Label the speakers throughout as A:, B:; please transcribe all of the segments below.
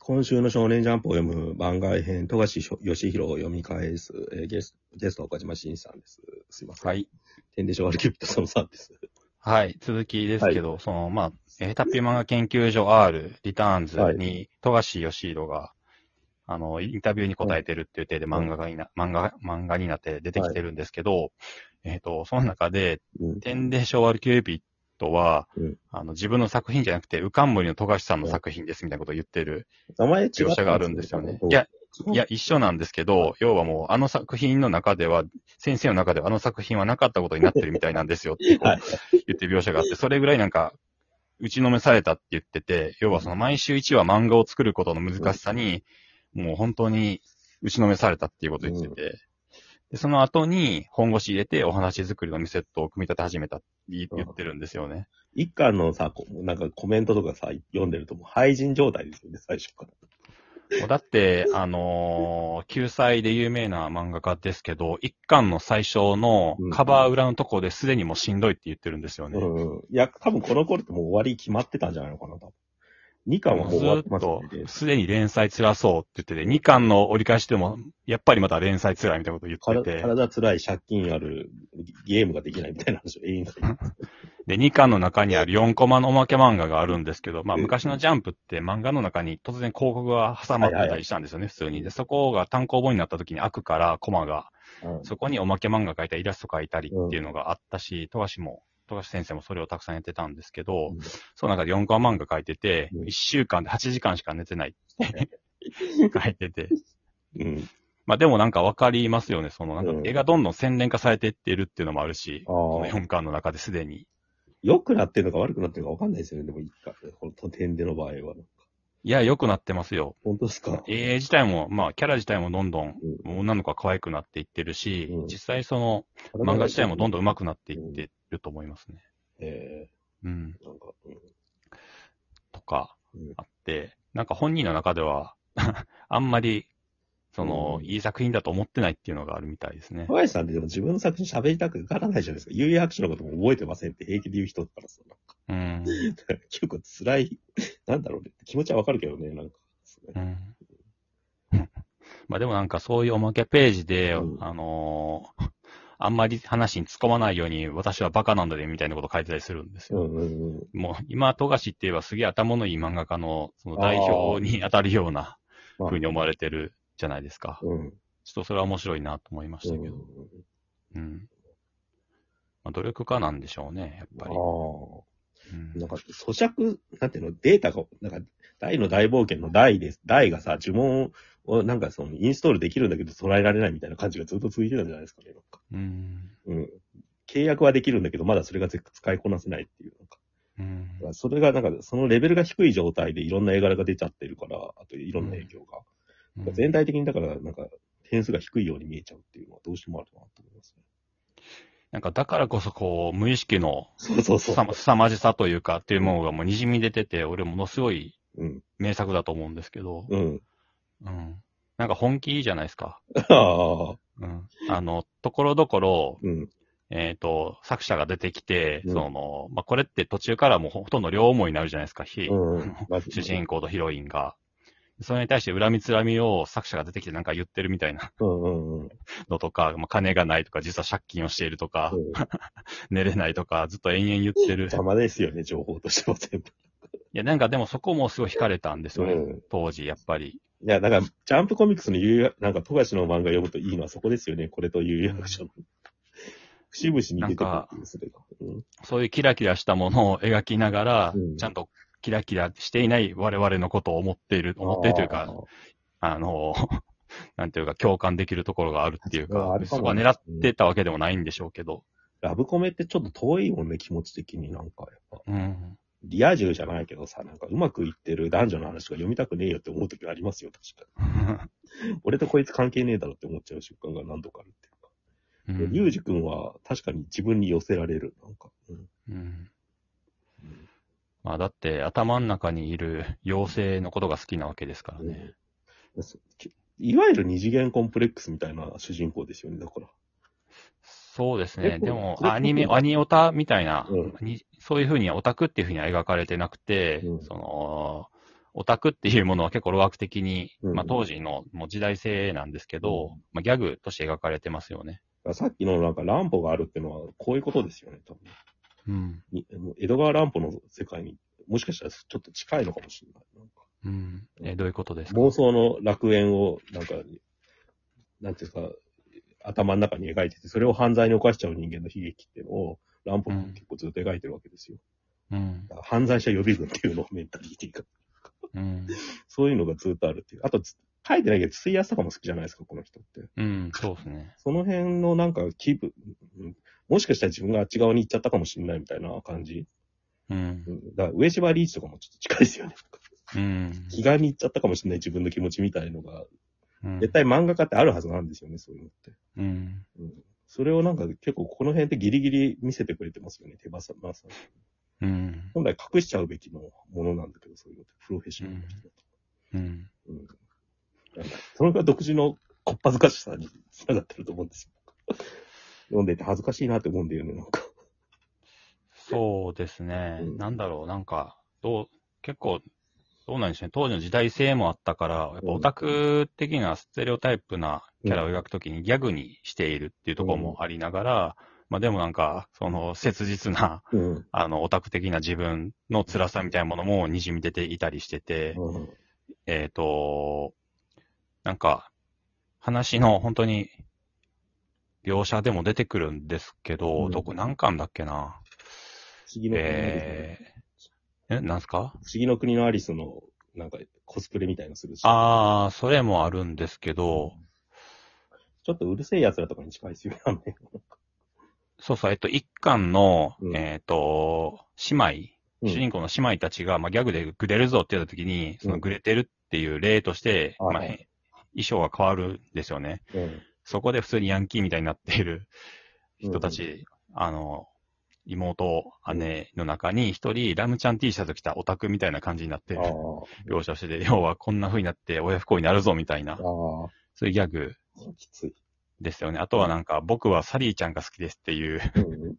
A: 今週の少年ジャンプを読む番外編、富樫義弘を読み返す、えーゲスゲスト、岡島慎さんです。すいません。
B: はい。
A: 天でしょ、悪キューピットその3です。
B: はい。続きですけど、その、まあ、ヘタピ漫画研究所 R、リターンズ
A: はい
B: に、富樫義弘が、あの、インタビューに答えてるっていう体で漫画がいな、漫画、漫画になって出てきてるんですけど、えっ、と、その中で、
A: うん。
B: 天で昭和キューピットは、
A: うん
B: あの、自分の作品じゃなくて、ウカンムリの富樫さんの作品ですみたいなことを言ってる
A: 名前違った
B: 描写があるんですよね。い
A: いや
B: や、、 いや、一緒なんですけど、要はもう、あの作品の中では、先生の中ではあの作品はなかったことになってるみたいなんですよって、こう
A: はい
B: 言ってる描写があって、それぐらいなんか、打ちのめされたって言ってて、要はその毎週1話漫画を作ることの難しさに、もう本当に打ちのめされたっていうことを言ってて、でその後に本腰入れてお話作りのミセットを組み立て始めたって言言ってるんですよね。
A: 一巻のさ、こうなんかコメントとかさ、読んでるともう廃人状態ですよね、最初から。
B: もうだって、あのー救済で有名な漫画家ですけど、一巻の最初のカバー裏のとこですでにもうしんどいって言ってるんですよね。
A: うん。いや、多分この頃ってもう終わり決まってたんじゃないのかな、多分。2巻はもう
B: ず
A: 終わって
B: ー
A: ま
B: っ
A: す
B: と
A: んで、
B: すでに連載辛そうって言ってて、二巻の折り返しでも、やっぱりまた連載辛いみたいなこと言
A: から
B: ってて、
A: 体辛い、借金ある、ゲームができないみたいな話を永遠にしてる
B: で、二巻の中にある4コマのおまけ漫画があるんですけど、まあ
A: うん
B: 昔のジャンプって漫画の中に突然広告が挟まってたりしたんですよね、普通に。で、そこが単行本になった時に開くから、コマが。
A: うん
B: そこにおまけ漫画描いたイラスト描いたりっていうのがあったし、富樫も、富樫先生もそれをたくさんやってたんですけど、
A: うん
B: その中で4コマ漫画描いてて、
A: うん
B: 1週間で8時間しか寝てない って書いてて。
A: うん。
B: まあでもなんかわかりますよね。そのなんか
A: うん
B: 絵がどんどん洗練化されていってるっていうのもあるし、
A: あ
B: この
A: あ。
B: 4巻の中ですでに。
A: 良くなってるのか悪くなってるのか分かんないですよね、でも一巻。この点での場合は。
B: いや、良くなってますよ。
A: 本当ですか
B: 絵自体も、まあキャラ自体もどんどん
A: う
B: 女の子が可愛くなっていってるし、
A: うん
B: 実際その漫画自体もどん
A: どん。
B: どん上手くなっていってると思いますね。
A: え
B: うん。
A: ー、なんか、う
B: とか
A: うん
B: あって、なんか本人の中では、 あんまり、その、
A: うん
B: いい作品だと思ってないっていうのがあるみたいですね
A: ん。。小林さんってでも自分の作品喋りたくならないじゃないですか。有意白書のことも覚えてませんって平気で言う人だからさ、
B: うん。
A: 結構辛い、なんだろうね。気持ちはわかるけどね、なんか。
B: うん。 まあでもなんかそういうおまけページで、
A: うん
B: あのーあんまり話に突っ込まないように私はバカなんだねみたいなこと書いてたりするんです
A: う
B: よ。
A: んうんうん。
B: もう今、富樫って言えばすげえ頭のいい漫画家のその代表に当たるような
A: あー
B: 風に思われてるじゃないですか。
A: うん。
B: ちょっとそれは面白いなと思いましたけど。うん。まあ、努力家なんでしょうね、やっぱり。
A: あ
B: うん
A: あ。なんか、咀嚼、なんていうの、データが、なんか、大の大冒険の大です。大がさ、呪文を、なんかその、インストールできるんだけど捉えられないみたいな感じがずっと続いてたんじゃないですかね。なんか
B: うん。
A: うん。契約はできるんだけど、まだそれがぜ使いこなせないっていう。なんか
B: うん
A: だからそれがなんか、そのレベルが低い状態でいろんな絵柄が出ちゃってるから、あといろんな影響が。だから全体的にだから、なんか、点数が低いように見えちゃうっていうのはどうしてもあるなと思いますね。
B: なんか、だからこそ、こう、無意識の
A: そうそう
B: す
A: そう
B: さ。ま凄まじさというか、っていうものがもう滲み出てて、俺ものすごい
A: うん。
B: 名作だと思うんですけど、
A: うん。
B: うん。なんか本気じゃないですか。
A: ああ。
B: うん。あの、ところどころ、
A: うん。
B: えっ、と、作者が出てきて、
A: うん
B: その、まあ、これって途中からもうほとんど両思いになるじゃないですか、ひ
A: うん。
B: 主人公とヒロインが。それに対して恨みつらみを作者が出てきてなんか言ってるみたいな
A: うんうんうん。
B: のとか、まあ、金がないとか、実は借金をしているとか、寝れないとか、ずっと延々言ってる。い
A: 邪魔ですよね、情報としても全部。
B: や、なんかでもそこもすごい惹かれたんですよね。当時、やっぱり。
A: いや、だから、ジャンプコミックスの有楽なんか、富樫の漫画読むといいのはそこですよね、これと有楽書の。節々に出てくるっていう、それが。うん
B: そういうキラキラしたものを描きながら、
A: うん
B: ちゃんとキラキラしていない我々のことを思っている、思っているというか、あの、 なんていうか、共感できるところがあるっていう
A: あー
B: か
A: あ、るか
B: そ
A: も
B: こは狙ってたわけでもないんでしょうけど、
A: ラブコメってちょっと遠いもんね、気持ち的になんか、やっぱ。
B: うん。
A: リア充じゃないけどさ、なんかうまくいってる男女の話とか読みたくねえよって思う時ありますよ、確かに。俺とこいつ関係ねえだろって思っちゃう瞬間が何度かあるっていうか。
B: う
A: で
B: ん
A: リュウジ君は確かに自分に寄せられる、なんか。うん
B: うんまあ、だって、頭の中にいる妖精のことが好きなわけですからね。
A: うんそきいわゆる二次元コンプレックスみたいな主人公ですよね、だから。
B: そうです
A: え
B: ね。
A: こ
B: でも、
A: それ
B: アニメ、アニオタみたいな、
A: うん
B: にそういうふうにオタクっていうふうには描かれてなくて、
A: うん
B: その、オタクっていうものは結構老悪的に、
A: うん
B: まあ当時のもう時代性なんですけど、まあギャグとして描かれてますよね。
A: らさっきのなんか乱歩があるってのは、こういうことですよね、多分。
B: うん。
A: にもう江戸川乱歩の世界に、もしかしたらちょっと近いのかもしれない。なんか
B: うん。え、どういうことですか
A: 妄想の楽園を、なんか、なんていうか、頭の中に描いてて、それを犯罪に犯しちゃう人間の悲劇っていうのを、ランポも結構ずっと描いてるわけですよ。
B: うん。
A: だから犯罪者予備軍っていうのをメンタリティが。
B: うん。
A: そういうのがずっとあるっていう。あと、つ書いてないけど、水圧とかも好きじゃないですか、この人って。
B: うん。そうですね。
A: その辺のなんか気分、うんもしかしたら自分があっち側に行っちゃったかもしれないみたいな感じ。
B: うん
A: う。んだから、上島リーチとかもちょっと近いです よね。
B: うん。
A: 気がに行っちゃったかもしれない自分の気持ちみたいのが、
B: うん
A: 絶対漫画家ってあるはずなんですよね、そういうのって。
B: うん。
A: うんそれをなんか結構この辺でギリギリ見せてくれてますよね、手羽さん。まさに
B: うん。
A: 本来隠しちゃうべきのものなんだけど、そういうのって、プロフェッショナルの人だ
B: うん。
A: と。うんなんかそれが独自のこっぱずかしさにつながってると思うんですよ。 読んでいて恥ずかしいなって思うんだよね、なんか。
B: そうですね。
A: うん
B: なんだろう、なんか、どう、結構、どうなんでしょうね。当時の時代性もあったから、やっぱ
A: うん
B: オタク的なステレオタイプなキャラを描くときにギャグにしているっていうところもありながら、まあでもなんか、その切実な、
A: うん。
B: あの、オタク的な自分の辛さみたいなものも滲み出ていたりしてて、
A: うん。
B: えっ、と、なんか、話の本当に、描写でも出てくるんですけど、
A: うん
B: どこ、何巻だっけな。
A: 不思議の国のアリスの、
B: えー、え、なんすか
A: 不思議の国のアリスの、なんかコスプレみたいのするし。
B: ああ、それもあるんですけど、
A: ちょっとうるせえ奴らとかに近いですよね。
B: そうそう、えっと、一巻の、
A: うん
B: えっ、と、姉
A: うん
B: 妹、主人公の姉妹たちが、まあ、ギャグでグレるぞって言った時に、そ
A: うん
B: のグレてるっていう例として、
A: はい
B: まあ、へ衣装が変わるんですよね。
A: うん。
B: そこで普通にヤンキーみたいになっている人たち、
A: う
B: あの、妹、姉の中に一人、ラムちゃん T シャツ着たオタクみたいな感じになって
A: あ
B: る描写してて、要はこんな風になって親不幸になるぞみたい
A: あ、、
B: な
A: あ
B: そういうギャグ
A: あ、きつい。
B: ですよね。あとはなんか、僕はサリーちゃんが好きですっていう、
A: うん。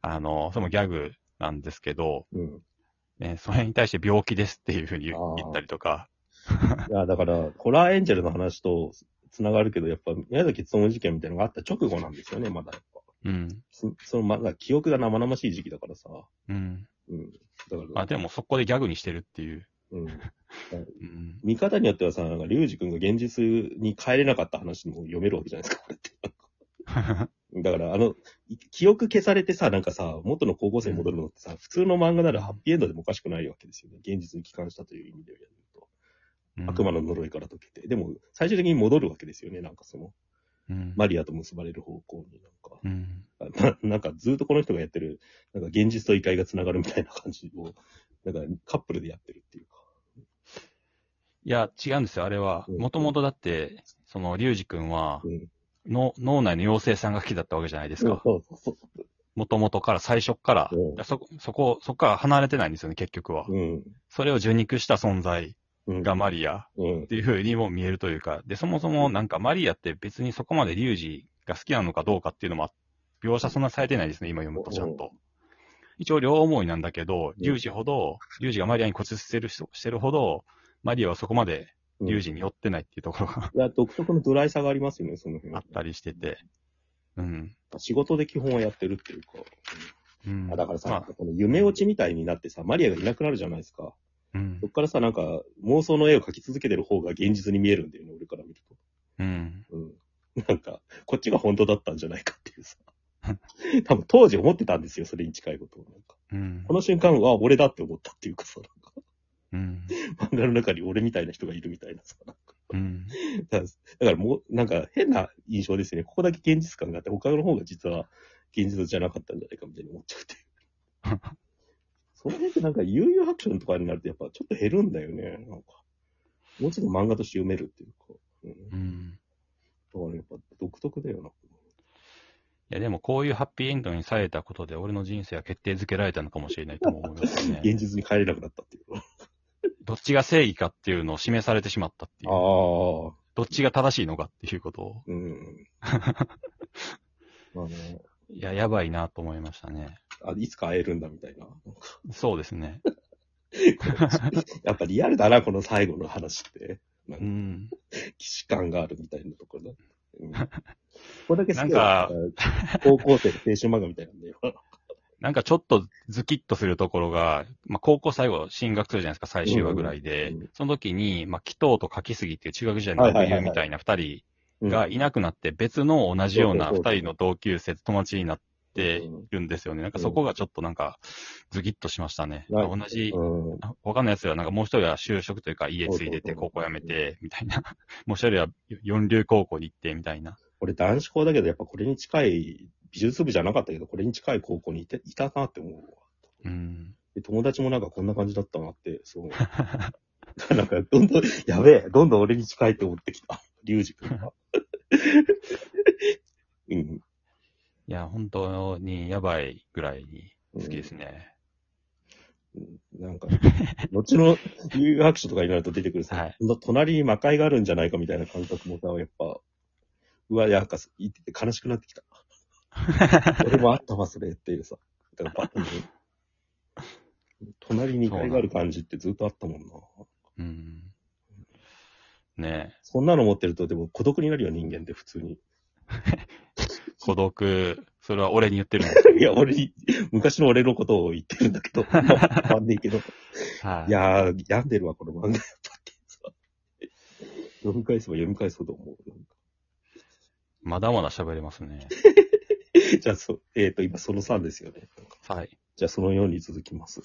B: あの、それもギャグなんですけど、
A: うん。
B: ね、それに対して病気ですっていうふうに言
A: あー
B: 言ったりとか、
A: いや、だから、ホラーエンジェルの話と繋がるけど、やっぱ、宮崎勤事件みたいなのがあった直後なんですよね、まだやっぱ。
B: うん、
A: そその、まだ記憶が生々しい時期だからさ。
B: うん。
A: うん。だから、
B: まあでもそこでギャグにしてるっていう。
A: うん。
B: うん、
A: 見方によってはさ、なんか、リュウジ君が現実に帰れなかった話にも読めるわけじゃないですか、これって。だから、あの、い記憶消されてさ、なんかさ、元の高校生に戻るのってさ、普通の漫画ならハッピーエンドでもおかしくないわけですよね。現実に帰還したという意味で言うと。悪魔の呪いから解けて。でも、最終的に戻るわけですよね、なんかその。
B: うん、
A: マリアと結ばれる方向にな
B: うん、
A: んか、ななんかずっとこの人がやってる、なんか現実と異界が繋がるみたいな感じを、なんかカップルでやってるっていうか。
B: いや、違うんですよ、あれは。
A: うん
B: もともとだって、その、リュウジ君は
A: う、ん。
B: の脳内の妖精さんが好きだったわけじゃないです
A: そう
B: か。
A: そうそ
B: もともとから、最初から
A: う。
B: そこ、そこ、そこから離れてないんですよね、結局は
A: う。。うん。
B: それを受肉した存在
A: うん。
B: がマリア。
A: うん
B: っ。ていうふうにも見えるというか、で、そもそもなんかマリアって別にそこまでリュウジが好きなのかどうかっていうのも、描写そんなされてないですね、今読むとちゃんと。一応両思いなんだけど、リュウジほど、リュウジがマリアに固執してる人してるほど、マリアはそこまでリュウジに寄ってないっていうところが
A: いや、独特のドライさがありますよね、その辺
B: あ。ったりしてて。うん。
A: 仕事で基本はやってるっていうか。
B: うん
A: あだからさ、
B: まあ
A: この夢落ちみたいになってさ、マリアがいなくなるじゃないですか。
B: うん
A: そっ。からさ、なんか妄想の絵を描き続けてる方が現実に見えるんだよね、俺から見ると。
B: うん。
A: うん。 なんか、こっちが本当だったんじゃないかって いうさ。多分当時思ってたんですよ、それに近いことを。なんか
B: うん
A: こ。の瞬間は俺だって思ったっていうかさ、な
B: うん。
A: んか漫画の中に俺みたいな人がいるみたいなさ。なんか
B: うん。
A: だからだからもう、なんか変な印象ですよね。ここだけ現実感があって、他の方が実は現実じゃなかったんじゃないかみたいに思っちゃうっていう。その辺ってなんか悠々白書とかになるとやっぱちょっと減るんだよね。なんか。もうちょっと漫画として読めるっていうか。うん
B: うん。
A: だからやっぱ独特だよな。
B: いや、でもこういうハッピーエンドにされたことで、俺の人生は決定づけられたのかもしれないとも思いますね。
A: 現実に帰れなくなったっていう。
B: どっちが正義かっていうのを示されてしまったっていう。
A: ああ、
B: どっちが正しいのかっていうことを。
A: うん。まあね、
B: いや、やばいなと思いましたね。
A: あいつか会えるんだみたいな。
B: そうですね。
A: やっぱリアルだな、この最後の話って。なん
B: う
A: か
B: ん。
A: 既視感があるみたいなと ころだ。うん、これだけ好き
B: な
A: だ
B: んか
A: 高校生の青春漫画みたいなん だよ。
B: なんかちょっとズキッとするところが、まあ、高校最後進学するじゃないですか、最終話ぐらいで、
A: うんうんうん
B: その時に、まあ、紀藤と柿杉っていう中学時代の
A: は
B: 学
A: いはいはい
B: 友
A: はい
B: みたいな二人
A: うん
B: がいなくなって、別の同じような
A: そうそうそう
B: 二人の同級生と友達になって
A: うん
B: るんですよね。なんかそこがちょっとなんか、ズキッとしましたね。
A: な
B: なんか同じ、
A: うん
B: あ他のやつらなんかもう一人は就職というか家継いでて
A: そうそうそう
B: 高校辞めて、みたいな。 もう一人は四流高校に行って、みたいな。
A: 俺男子校だけど、やっぱこれに近い、美術部じゃなかったけど、これに近い高校にいていたなって思うわ。
B: うん。
A: で友達もなんかこんな感じだったなって、 そう。なんか、どんどん、やべえ、どんどん俺に近いって思ってきた。リュウジ君が。 うん。
B: いや、本当にやばいぐらいに好きです
A: ね。
B: ね。
A: なんか、後の留学書とかになると出てくるさ、
B: はい
A: その隣に魔界があるんじゃないかみたいな感覚もさ、やっぱ、うわ、なんか、言ってて悲しくなってきた。俺もあったわ、それっていうさ。だからバッと隣に階がある感じってずっとあったもんな。
B: うん。ね
A: そんなの持ってると、でも孤独になるよ、人間って普通に。
B: え孤独、それは俺に言ってるんで
A: いや、俺に、昔の俺のことを言ってるんだけど、まあんねえけど。
B: す。はいい。
A: やー、病んでるわ、この漫画やっぱってさ。読み返せば読み返そうと思う。なんか
B: まだまだ喋れます ね。
A: じゃあ、そえっ、と、今その3ですよね。
B: はい。
A: じゃあ、その4に続きます。